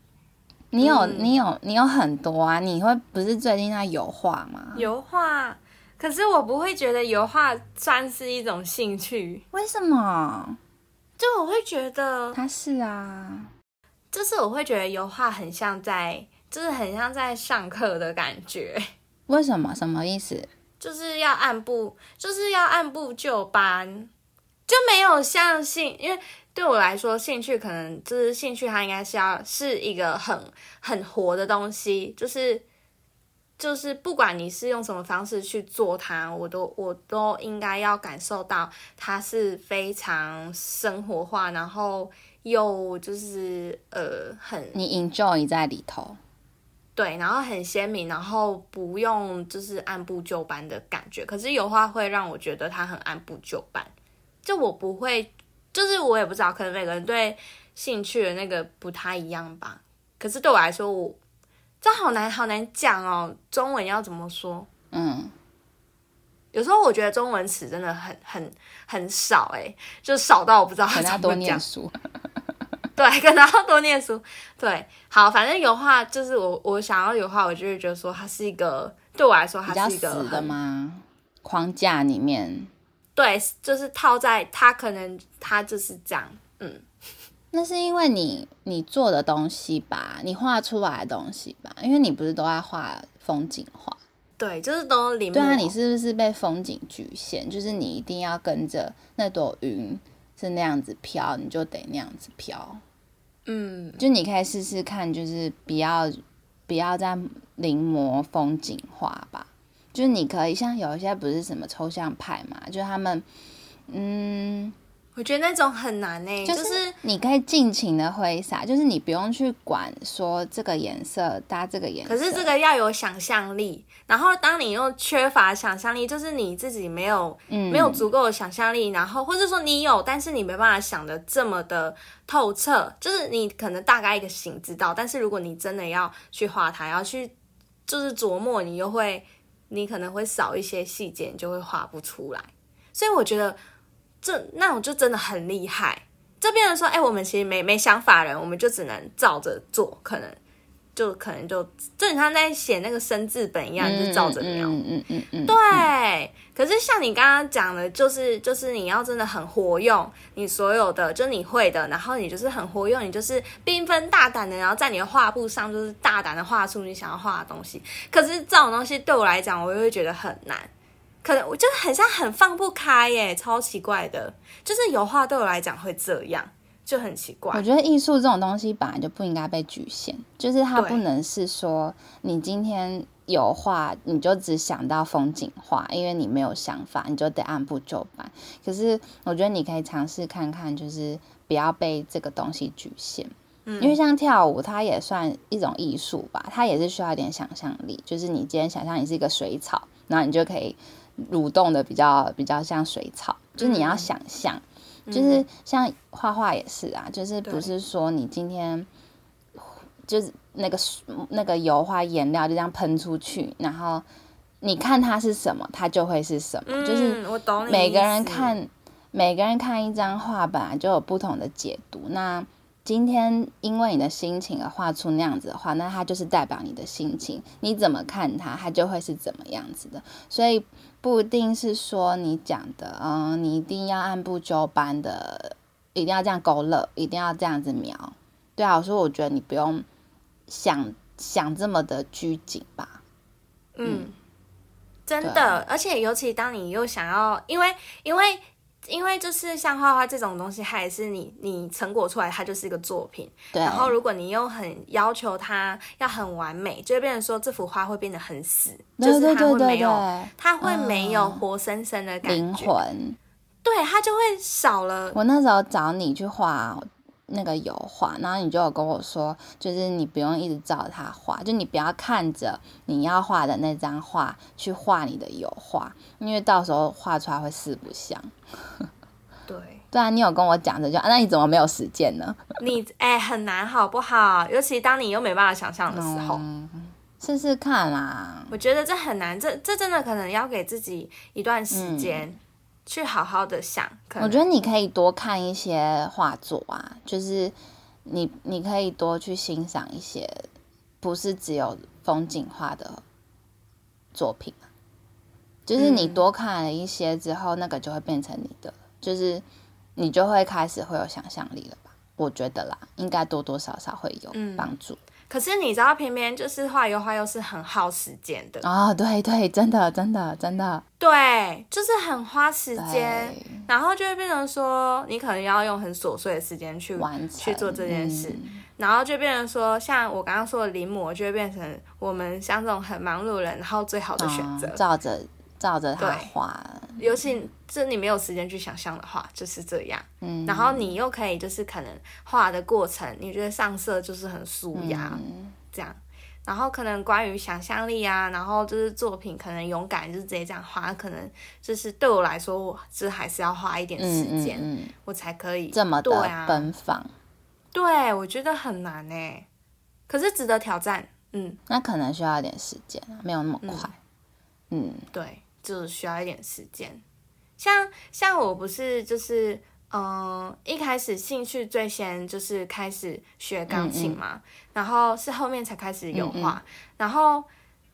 Speaker 3: 你有、
Speaker 2: 嗯
Speaker 3: 你有你有很多啊！你会不是最近在油画吗？
Speaker 2: 油画，可是我不会觉得油画算是一种兴趣，
Speaker 3: 为什么？
Speaker 2: 就我会觉得，
Speaker 3: 他是啊，
Speaker 2: 就是我会觉得油画很像在，就是很像在上课的感觉，
Speaker 3: 为什么？什么意思？
Speaker 2: 就是要按部，就是要按部就班，就没有像兴，因为。对我来说，兴趣可能就是兴趣，它应该是要是一个很很活的东西，就是就是不管你是用什么方式去做它，我都我都应该要感受到它是非常生活化，然后又就是呃很
Speaker 3: 你 enjoy 在里头，
Speaker 2: 对，然后很鲜明，然后不用就是按部就班的感觉。可是油画会让我觉得它很按部就班，就我不会，就是我也不知道，可能每个人对兴趣的那个不太一样吧。可是对我来说，我这好难好难讲哦，中文要怎么说？
Speaker 3: 嗯，
Speaker 2: 有时候我觉得中文词真的很很很少、欸，就少到我不知道
Speaker 3: 可
Speaker 2: 怎
Speaker 3: 能要
Speaker 2: 么
Speaker 3: 多
Speaker 2: 讲
Speaker 3: 念。书。
Speaker 2: 对，可能要多念书。对，好，反正油画就是我，我想要油画，我就会觉得说它是一个对我来说，
Speaker 3: 比
Speaker 2: 它
Speaker 3: 较
Speaker 2: 是一
Speaker 3: 死
Speaker 2: 个
Speaker 3: 的
Speaker 2: 很
Speaker 3: 吗？框架里面，
Speaker 2: 对，就是套在它可能它就是这样，嗯，
Speaker 3: 那是因为你你做的东西吧，你画出来的东西吧，因为你不是都在画风景画？
Speaker 2: 对，就是都临摹。
Speaker 3: 对啊，你是不是被风景局限？就是你一定要跟着那朵云是那样子飘，你就得那样子飘。
Speaker 2: 嗯，
Speaker 3: 就你可以试试看，就是不要不要再临摹风景画吧。就是你可以像有一些不是什么抽象派嘛，就是他们，嗯，
Speaker 2: 我觉得那种很难呢、
Speaker 3: 就
Speaker 2: 就是是
Speaker 3: 你可以尽情的挥洒，就是你不用去管说这个颜色搭这个颜色。
Speaker 2: 可是这个要有想象力，然后当你又缺乏想象力，就是你自己没有
Speaker 3: 嗯
Speaker 2: 没有足够的想象力，然后或者说你有，但是你没办法想的这么的透彻，就是你可能大概一个形知道，但是如果你真的要去画它，要去就是琢磨，你又会，你可能会少一些细节，你就会画不出来。所以我觉得这那种就真的很厉害。这边人说，哎、我们其实没没想法人，我们就只能照着做，可能就可能就就很像在写那个生字本一样，就是照着描。
Speaker 3: 嗯嗯嗯嗯，嗯，
Speaker 2: 对，可是像你刚刚讲的，就是就是你要真的很活用你所有的，就是你会的，然后你就是很活用，你就是缤纷大胆的，然后在你的画布上就是大胆的画出你想要画的东西。可是这种东西对我来讲，我就会觉得很难。可能我就很像很放不开耶，超奇怪的。就是油画对我来讲会这样，就很奇怪
Speaker 3: 我。觉得艺术这种东西本来就不应该被局限，就是它
Speaker 2: 对
Speaker 3: 不能是说你今天有画你就只想到风景画，因为你没有想法，你就得按部就班。可是我觉得你可以尝试看看，就是不要被这个东西局限。
Speaker 2: 嗯
Speaker 3: 因为像跳舞，它也算一种艺术吧，它也是需要一点想象力。就是你今天想象你是一个水草，然后你就可以蠕动的比较比较像水草，就是你
Speaker 2: 嗯
Speaker 3: 要想象。就是像画画也是啊，就是不
Speaker 2: 对
Speaker 3: 是说你今天就是那个水那个油画颜料就这样喷出去，然后你看它是什么，它就会是什么，就是
Speaker 2: 嗯我懂你
Speaker 3: 每个
Speaker 2: 意
Speaker 3: 人
Speaker 2: 思
Speaker 3: 看每个人看一张画本来就有不同的解读。那今天因为你的心情而画出那样子的画，那它就是代表你的心情。你怎么看它，它就会是怎么样子的。所以不一定是说你讲的，嗯，你一定要按部就班的，一定要这样勾勒，一定要这样子描。对啊，所以我觉得你不用想想这么的拘谨吧。
Speaker 2: 嗯，真
Speaker 3: 对啊
Speaker 2: 的，而且尤其当你又想要，因为因为因为就是像画画这种东西，它也是你你成果出来，它就是一个作品。
Speaker 3: 对，啊
Speaker 2: 然后如果你又很要求它要很完美，就会变成说这幅画会变得很死，
Speaker 3: 对
Speaker 2: 就是
Speaker 3: 对
Speaker 2: 它
Speaker 3: 对
Speaker 2: 会没
Speaker 3: 对
Speaker 2: 有，
Speaker 3: 对，
Speaker 2: 它会没有
Speaker 3: 嗯
Speaker 2: 活生生的感
Speaker 3: 灵
Speaker 2: 觉，
Speaker 3: 魂。
Speaker 2: 对，它就会少了。
Speaker 3: 我那时候找你去画那个油画，然后你就有跟我说，就是你不用一直照他画，就你不要看着你要画的那张画去画你的油画，因为到时候画出来会四不像。
Speaker 2: 对，
Speaker 3: 对啊，你有跟我讲这就、啊，那你怎么没有实践呢？
Speaker 2: 你哎、很难好不好？尤其当你又没办法想象的时候。
Speaker 3: 嗯，试试看啦。
Speaker 2: 我觉得这很难，这这真的可能要给自己一段时间、去好好的想。可
Speaker 3: 嗯
Speaker 2: 能
Speaker 3: 我觉得你可以多看一些画作啊，就是你你可以多去欣赏一些不是只有风景画的作品啊，就是你
Speaker 2: 嗯
Speaker 3: 多看了一些之后，那个就会变成你的，就是你就会开始会有想象力了吧？我觉得啦，应该多多少少会有
Speaker 2: 嗯
Speaker 3: 帮助。
Speaker 2: 可是你知道，偏偏就是画油画又是很耗时间的，
Speaker 3: 哦，对对，真的真的真的，
Speaker 2: 对，就是很花时间，
Speaker 3: 对，
Speaker 2: 然后就会变成说，你可能要用很琐碎的时间去
Speaker 3: 完成
Speaker 2: 去做这件事，
Speaker 3: 嗯
Speaker 2: 然后就变成说，像我刚刚说的临摹，就会变成我们像这种很忙碌的人，然后最好的选择。
Speaker 3: 嗯照着照着它
Speaker 2: 对
Speaker 3: 画，
Speaker 2: 尤其这你没有时间去想象的话，就是这样。
Speaker 3: 嗯，
Speaker 2: 然后你又可以就是可能画的过程，你觉得上色就是很舒压、
Speaker 3: 嗯
Speaker 2: 这样。然后可能关于想象力啊，然后就是作品可能勇敢就是直接这样画，可能就是对我来说，我这还是要花一点
Speaker 3: 嗯
Speaker 2: 时
Speaker 3: 嗯
Speaker 2: 间，
Speaker 3: 嗯，
Speaker 2: 我才可以
Speaker 3: 这么
Speaker 2: 对
Speaker 3: 的
Speaker 2: 啊，
Speaker 3: 奔放，
Speaker 2: 对我觉得很难哎、可是值得挑战。嗯，
Speaker 3: 那可能需要一点时间啊，没有那么快。嗯
Speaker 2: 对，就是需要一点时间。像像我不是就是嗯、呃一开始兴趣最先就是开始学钢琴嘛，然后是后面才开始油画，然后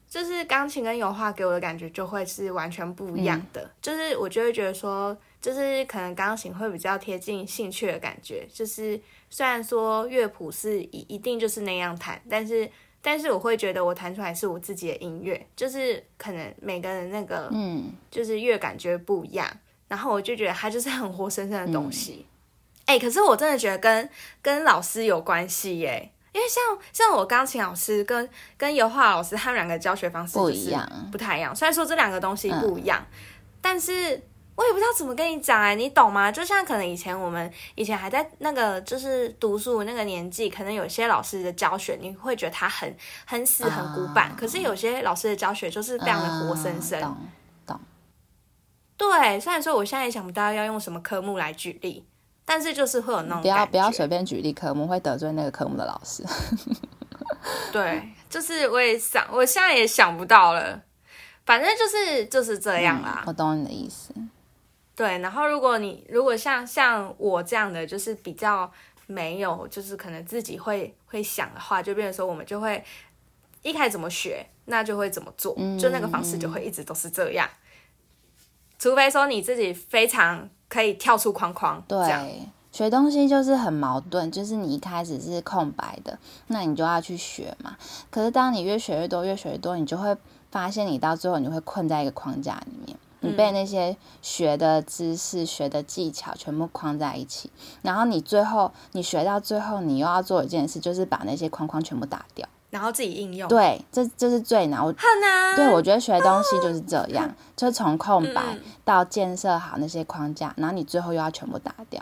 Speaker 2: 就是钢琴跟油画给我的感觉就会是完全不一样的，就是我就会觉得说，就是可能钢琴会比较贴近兴趣的感觉，就是虽然说乐谱是一一定就是那样弹，但是。但是我会觉得我弹出来是我自己的音乐，就是可能每个人那个
Speaker 3: 嗯，
Speaker 2: 就是越感觉不一样。然后我就觉得它就是很活生生的
Speaker 3: 嗯
Speaker 2: 东西。哎、可是我真的觉得跟跟老师有关系耶，因为像像我钢琴老师跟跟油画老师，他们两个教学方式
Speaker 3: 不
Speaker 2: 就是
Speaker 3: 一样嗯
Speaker 2: 不太一样。虽然说这两个东西不一样，但是。我也不知道怎么跟你讲哎、你懂吗？就像可能以前我们以前还在那个就是读书那个年纪，可能有些老师的教学你会觉得他很很死很古板，
Speaker 3: 啊
Speaker 2: 可是有些老师的教学就是非常的活生生，
Speaker 3: 啊懂
Speaker 2: 对，虽然说我现在也想不到要用什么科目来举例，但是就是会有那种
Speaker 3: 不要
Speaker 2: 感觉
Speaker 3: 不要随便举例科目，会得罪那个科目的老师。
Speaker 2: 对，就是我也想，我现在也想不到了，反正就是就是这样啊啦。
Speaker 3: 嗯 我懂你的意思。
Speaker 2: 对，然后如果你如果像像我这样的，就是比较没有，就是可能自己会会想的话，就变成说我们就会一开始怎么学，那就会怎么做，
Speaker 3: 嗯
Speaker 2: 就那个方式就会一直都是这样，除非说你自己非常可以跳出框框，这样。
Speaker 3: 对，学东西就是很矛盾，就是你一开始是空白的，那你就要去学嘛。可是当你越学越多，越学越多，你就会发现你到最后你会困在一个框架里面，你被那些学的知识、学的技巧全部框在一起，然后你最后你学到最后，你又要做一件事，就是把那些框框全部打掉。
Speaker 2: 然后自己应用，，
Speaker 3: 对，这这是最难。我
Speaker 2: 很难，
Speaker 3: 对，我觉得学东西就是这样， 就从空白
Speaker 2: 嗯嗯
Speaker 3: 到建设好那些框架，然后你最后又要全部打掉，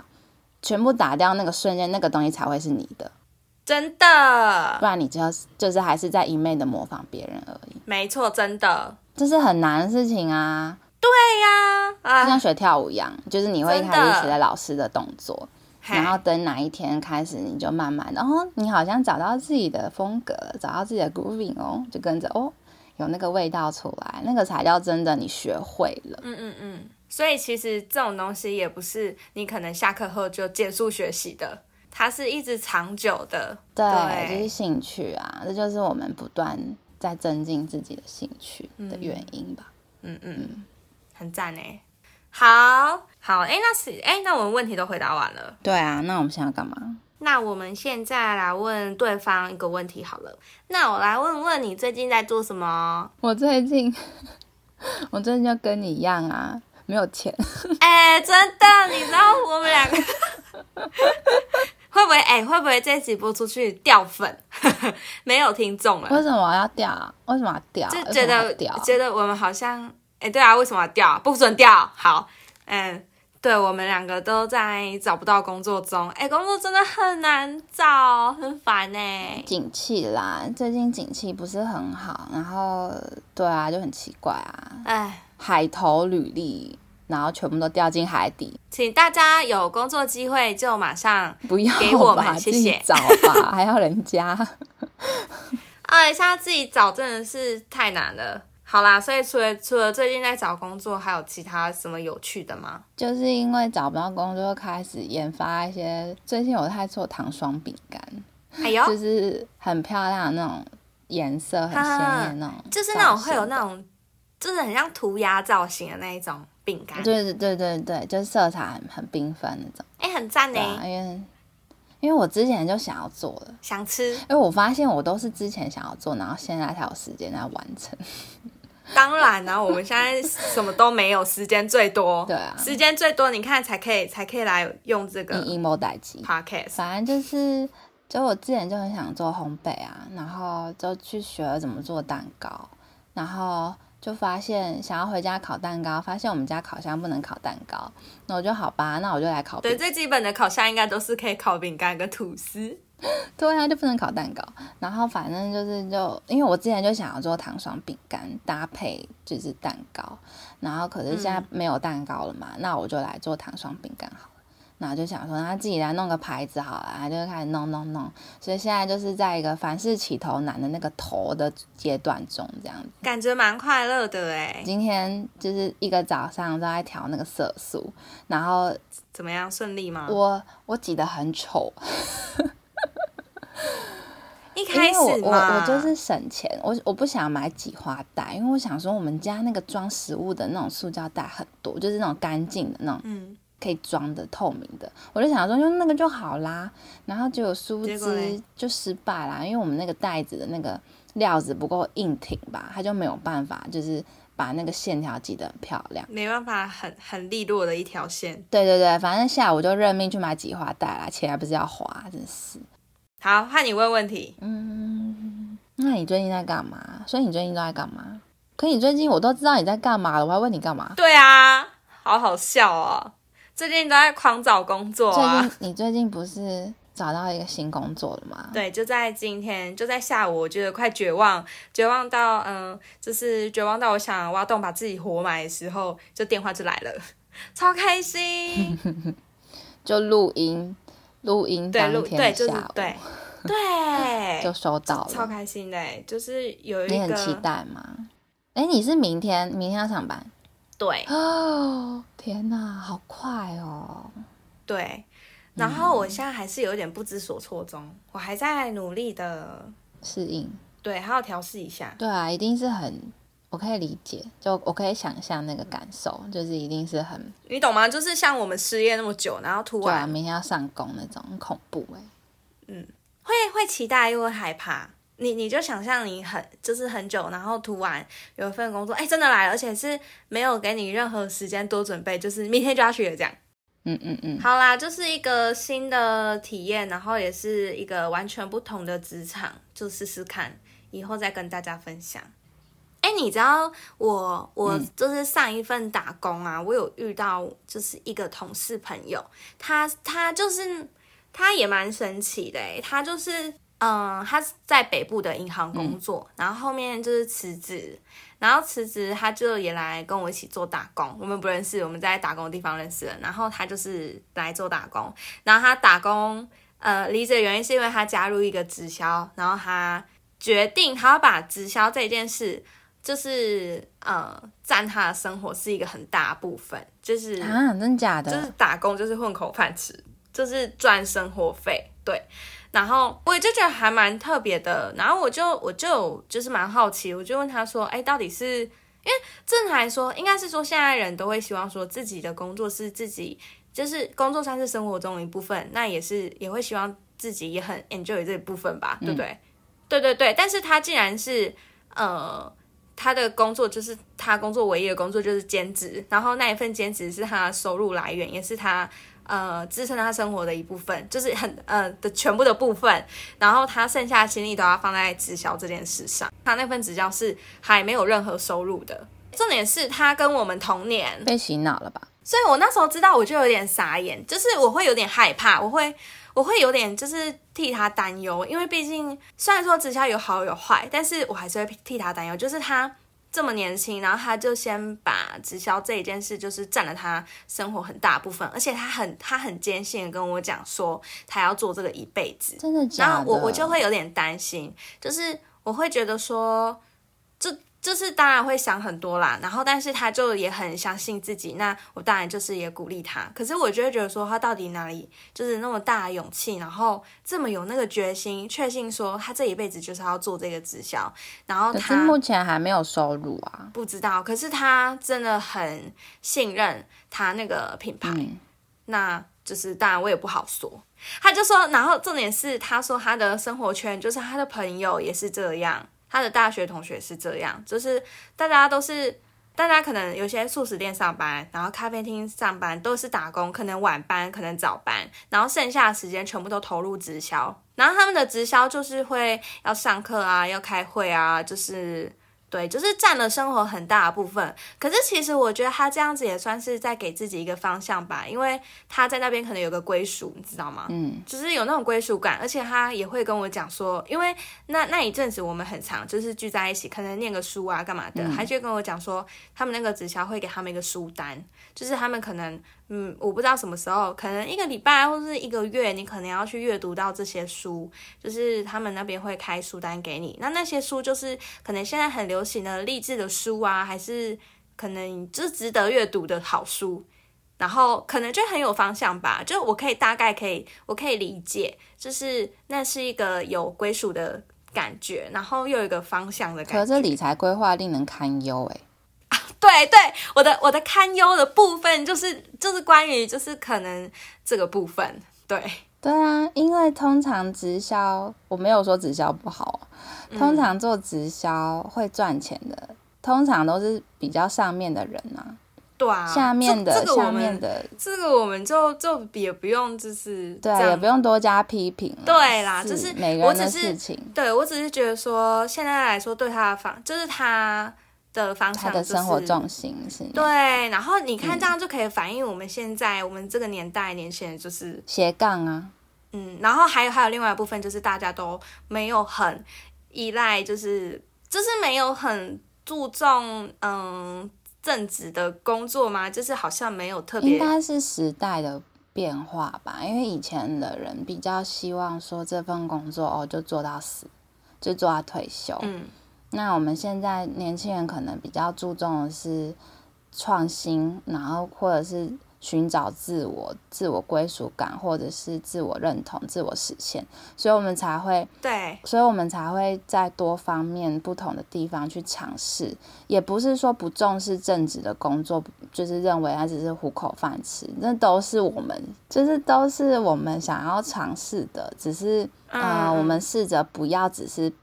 Speaker 3: 全部打掉那个瞬间，那个东西才会是你的，
Speaker 2: 真的
Speaker 3: 不，然你只要就是还是在一昧的模仿别人而已，
Speaker 2: 没错，真的，
Speaker 3: 这是很难的事情啊，
Speaker 2: 对呀、
Speaker 3: 就
Speaker 2: 啊，
Speaker 3: 像学跳舞一样，就是你会一开
Speaker 2: 真的
Speaker 3: 始学的老师的动作，
Speaker 2: 嘿
Speaker 3: 然后等哪一天开始，你就慢慢的哦，你好像找到自己的风格了，找到自己的 grooving 哦，就跟着哦，有那个味道出来，那个才叫真的你学会了。
Speaker 2: 嗯嗯嗯，所以其实这种东西也不是你可能下课后就结束学习的，它是一直长久的，
Speaker 3: 对，
Speaker 2: 对
Speaker 3: 就是兴趣啊，这就是我们不断在增进自己的兴趣的原因吧。
Speaker 2: 嗯嗯，很赞哎，好好哎，那是哎，那我们问题都回答完了。
Speaker 3: 对啊，那我们现在要干嘛？
Speaker 2: 那我们现在来问对方一个问题好了。那我来问问你最近在做什么？
Speaker 3: 我最近， 我最近就跟你一样啊，没有钱。
Speaker 2: 哎、真的，你知道我们两个会不会？哎、会不会这集播出去掉粉？ 没有听众
Speaker 3: 为
Speaker 2: 了，
Speaker 3: 什么要掉啊？为什么要掉啊？
Speaker 2: 就
Speaker 3: 为
Speaker 2: 觉
Speaker 3: 什么要
Speaker 2: 得
Speaker 3: 掉啊
Speaker 2: 觉得我们好像哎、对啊，为什么要掉？不准掉。好，嗯。对我们两个都在找不到工作中，哎，工作真的很难找，很烦欸呢、
Speaker 3: 景气啦，最近景气不是很好，然后对啊，就很奇怪啊，
Speaker 2: 哎，
Speaker 3: 海投履历，然后全部都掉进海底，
Speaker 2: 请大家有工作机会就马上，
Speaker 3: 不要
Speaker 2: 给我
Speaker 3: 吧，
Speaker 2: 们谢
Speaker 3: 自己
Speaker 2: 谢
Speaker 3: 找吧，还要人家。
Speaker 2: 哎，现在自己找真的是太难了。好啦，所以除了除了最近在找工作，还有其他什么有趣的吗？
Speaker 3: 就是因为找不到工作，开始研发一些。最近我在做糖霜饼干，
Speaker 2: 哎呦，
Speaker 3: 就是很漂亮的那种颜色，很鲜艳那种，
Speaker 2: 就是那种会有那。种，就是很像涂鸦造型的那一种饼干，
Speaker 3: 对对对对对，就是色彩很很缤纷那种，
Speaker 2: 哎、很赞
Speaker 3: 对啊，
Speaker 2: 呢，
Speaker 3: 因为因为我之前就想要做了，
Speaker 2: 想吃。
Speaker 3: 因为我发现我都是之前想要做，然后现在才有时间来完成。
Speaker 2: 当然啦、我们现在什么都没有，时间最多，
Speaker 3: 对 啊嗯
Speaker 2: 时间最多，你看才可以才可以来用这个
Speaker 3: 你 emo 代机，
Speaker 2: podcast。
Speaker 3: 反正就是，就我之前就很想做烘焙啊，然后就去学了怎么做蛋糕，然后就发现想要回家烤蛋糕，发现我们家烤箱不能烤蛋糕，那我就好吧，那我就来烤饼
Speaker 2: 对，最基本的烤箱应该都是可以烤饼干跟吐司。
Speaker 3: 对啊，就不能烤蛋糕。然后反正就是就，因为我之前就想要做糖霜饼干搭配就是蛋糕，然后可是现在没有蛋糕了嘛，那我就来做糖霜饼干好了。然后就想说，那自己来弄个牌子好了，然后就开始弄弄弄。所以现在就是在一个凡事起头难的那个头的阶段中，这样子。
Speaker 2: 感觉蛮快乐的哎。
Speaker 3: 今天就是一个早上都在调那个色素，然后
Speaker 2: 怎么样？顺利吗？
Speaker 3: 我我挤得很丑，
Speaker 2: 一
Speaker 3: 因
Speaker 2: 开
Speaker 3: 为
Speaker 2: 始
Speaker 3: 我我
Speaker 2: 嘛
Speaker 3: 我就是省钱，我我不想买挤花袋，因为我想说我们家那个装食物的那种塑胶袋很多，就是那种干净的那种
Speaker 2: 嗯，
Speaker 3: 可以装的透明的，我就想说用那个就好啦。然后结果殊不
Speaker 2: 结果嘞
Speaker 3: 知就失败啦，因为我们那个袋子的那个料子不够硬挺吧，它就没有办法就是把那个线条挤得很漂亮。
Speaker 2: 没办法，很很利落的一条线。
Speaker 3: 对对对，反正下午就认命去买挤花袋啦，钱还不是要花，真是。
Speaker 2: 好，换你问问题。
Speaker 3: 嗯，那你最近在干嘛？所以你最近都在干嘛？可你最近我都知道你在干嘛了，我还问你干嘛？
Speaker 2: 对啊，好好笑哦。最近都在狂找工作
Speaker 3: 最
Speaker 2: 啊
Speaker 3: 近。你最近不是找到一个新工作了吗？
Speaker 2: 对，就在今天，就在下午，我觉得快绝望，绝望到嗯、就是绝望到我想挖洞把自己活埋的时候，就电话就来了， 超 开心。
Speaker 3: 就录音，录音
Speaker 2: 对，
Speaker 3: 当
Speaker 2: 录对
Speaker 3: 天
Speaker 2: 就是
Speaker 3: 下午
Speaker 2: 对对，
Speaker 3: 就收到
Speaker 2: 超
Speaker 3: 了，
Speaker 2: 开心的欸，就是有一个
Speaker 3: 你很期待吗？哎，你是明天明天要上班
Speaker 2: 对
Speaker 3: 哦？天哪，好快哦！
Speaker 2: 对，然后
Speaker 3: 嗯
Speaker 2: 我现在还是有点不知所措中，我还在努力的，
Speaker 3: 适应，
Speaker 2: 对，还要调试一下。
Speaker 3: 对啊，一定是很，我可以理解，就我可以想象那个感受，就是一定是很
Speaker 2: 你懂吗？就是像我们失业那么久，然后突
Speaker 3: 对啊，
Speaker 2: 然欸
Speaker 3: 明天要上工那种，很恐怖哎、
Speaker 2: 会会期待又会害怕，你你就想象你很就是很久，然后突然有一份工作，哎、真的来了，而且是没有给你任何时间多准备，就是明天就要去了这样。
Speaker 3: 嗯嗯嗯，
Speaker 2: 好啦，就是一个新的体验，然后也是一个完全不同的职场，就试试看，以后再跟大家分享。哎，你知道我我
Speaker 3: 嗯
Speaker 2: 就是上一份打工啊，我有遇到就是一个同事朋友，他他就是他也蛮神奇的、欸，他就是嗯，他是在北部的银行工作，
Speaker 3: 嗯
Speaker 2: 然后后面就是辞职，然后辞职他就也来跟我一起做打工，我们不认识，我们在打工的地方认识的，然后他就是来做打工，然后他打工呃离职的原因是因为他加入一个直销，然后他决定他要把直销这件事。就是呃，占他的生活是一个很大部分，就是
Speaker 3: 啊，真假的？
Speaker 2: 就是打工就是混口饭吃，就是赚生活费，对。然后我就觉得还蛮特别的，然后我就我就就是蛮好奇，我就问他说，哎，到底是因为正常来说，应该是说现在人都会希望说自己的工作是自己，就是工作算是生活中的一部分，那也是也会希望自己也很 enjoy 这一部分吧，对不对？对对对，但是他竟然是呃，他的工作就是他工作唯一的工作就是兼职，然后那一份兼职是他的收入来源，也是他呃支撑他生活的一部分，就是很呃的全部的部分。然后他剩下的精力都要放在直销这件事上，他那份直销是还没有任何收入的。重点是他跟我们同年，
Speaker 3: 被洗脑了吧？
Speaker 2: 所以我那时候知道，我就有点傻眼，就是我会有点害怕，我会我会有点就是替他担忧，因为毕竟虽然说直销有好有坏，但是我还是会替他担忧，就是他。这么年轻，然后他就先把直销这一件事，就是占了他生活很大部分，而且他很他很坚信地跟我讲说，他要做这个一辈子。
Speaker 3: 真的假的？
Speaker 2: 然后我我就会有点担心，就是我会觉得说，就就是当然会想很多啦，然后但是他就也很相信自己，那我当然就是也鼓励他，可是我就会觉得说他到底哪里就是那么大的勇气，然后这么有那个决心，确信说他这一辈子就是要做这个直销，然后
Speaker 3: 可是
Speaker 2: 他
Speaker 3: 目前还没有收入啊。
Speaker 2: 不知道，可是他真的很信任他那个品牌，
Speaker 3: 嗯，
Speaker 2: 那就是当然我也不好说。他就说，然后重点是他说他的生活圈就是他的朋友也是这样，他的大学同学是这样，就是大家都是。大家可能有些素食店上班，然后咖啡厅上班，都是打工，可能晚班，可能早班，然后剩下的时间全部都投入直销。然后他们的直销就是会要上课啊，要开会啊，就是对，就是占了生活很大的部分。可是其实我觉得他这样子也算是在给自己一个方向吧，因为他在那边可能有个归属，你知道吗？
Speaker 3: 嗯，
Speaker 2: 就是有那种归属感，而且他也会跟我讲说，因为那那一阵子我们很常就是聚在一起，可能念个书啊干嘛的，他就会跟我讲说，他们那个直销会给他们一个书单，就是他们可能嗯，我不知道什么时候，可能一个礼拜或是一个月，你可能要去阅读到这些书，就是他们那边会开书单给你，那那些书就是可能现在很流行的励志的书啊，还是可能就是值得阅读的好书，然后可能就很有方向吧。就我可以大概可以，我可以理解，就是那是一个有归属的感觉，然后又有一个方向的
Speaker 3: 可
Speaker 2: 感
Speaker 3: 是
Speaker 2: 觉。
Speaker 3: 这理财规划令人堪忧哎、
Speaker 2: 对对，我的我的堪忧的部分就是就是关于就是可能这个部分，对，
Speaker 3: 对啊，因为通常直销，我没有说直销不好哦，
Speaker 2: 嗯
Speaker 3: 通常做直销会赚钱的，通常都是比较上面的人啊，
Speaker 2: 对啊，
Speaker 3: 下面的、
Speaker 2: 这这个我
Speaker 3: 下
Speaker 2: 们
Speaker 3: 面的，
Speaker 2: 这个我们就就也不用就是
Speaker 3: 对
Speaker 2: 这
Speaker 3: 啊，
Speaker 2: 样
Speaker 3: 也不用多加批评啦。
Speaker 2: 对啦就是
Speaker 3: 每个
Speaker 2: 我
Speaker 3: 人
Speaker 2: 只
Speaker 3: 的
Speaker 2: 是
Speaker 3: 事情，
Speaker 2: 对我只是觉得说，现在来说对他的方，就是他的方
Speaker 3: 他
Speaker 2: 向、
Speaker 3: 的
Speaker 2: 就是，
Speaker 3: 生活嗯重心是
Speaker 2: 对，然后你看这样就可以反映我们现在、我们这个年代年轻人就是
Speaker 3: 斜杠啊，
Speaker 2: 嗯，然后还有还有另外一部分就是大家都没有很依赖，就是就是没有很注重嗯正职的工作嘛，就是好像没有特
Speaker 3: 应
Speaker 2: 别
Speaker 3: 该是时代的变化吧，因为以前的人比较希望说这份工作哦就做到死，就做到退休。
Speaker 2: 嗯
Speaker 3: 那我们现在年轻人可能比较注重的是创新，然后或者是寻找自我、自我归属感，或者是自我认同、自我实现，所以我们才会，
Speaker 2: 对
Speaker 3: 所以我们才会在多方面、不同的地方去尝试。也不是说不重视正职的工作，就是认为它只是糊口饭吃，那都是我们，就是都是我们想要尝试的，只是
Speaker 2: 嗯
Speaker 3: 呃，我们试着不要只是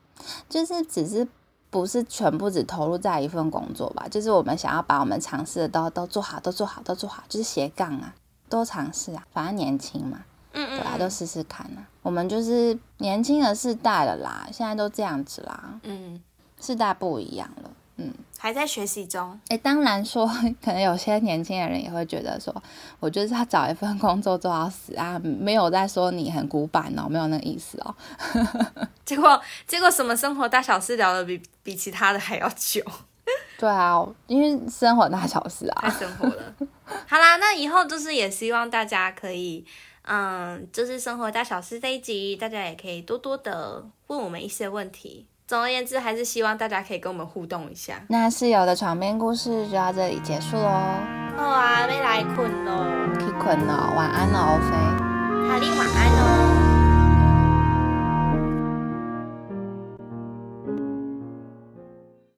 Speaker 3: 就是只是不是全部只投入在一份工作吧，就是我们想要把我们尝试的都都做好，都做好，都做好，就是斜杠啊，多尝试啊，反正年轻嘛，
Speaker 2: 嗯
Speaker 3: 对
Speaker 2: 嗯，
Speaker 3: 啊，
Speaker 2: 嗯
Speaker 3: 都试试看啊。我们就是年轻的世代了啦，现在都这样子啦，
Speaker 2: 嗯，
Speaker 3: 世代不一样了，嗯。
Speaker 2: 还在学习中，
Speaker 3: 哎，当然说，可能有些年轻的人也会觉得说，我就是要找一份工作做到死啊，没有在说你很古板哦，没有那个意思哦。
Speaker 2: 结果结果什么生活大小事聊的比比其他的还要久，
Speaker 3: 对啊，因为生活大小事
Speaker 2: 太
Speaker 3: 啊，
Speaker 2: 生活 了。好啦，那以后就是也希望大家可以，嗯，就是生活大小事这一集，大家也可以多多的问我们一些问题。总而言之，还是希望大家可以跟我们互动一下。
Speaker 3: 那室友的床边故事就到这里结束喽，
Speaker 2: 哦啊，未来困喽，
Speaker 3: 哦去困了，晚安了，欧菲。
Speaker 2: 哈利晚安哦。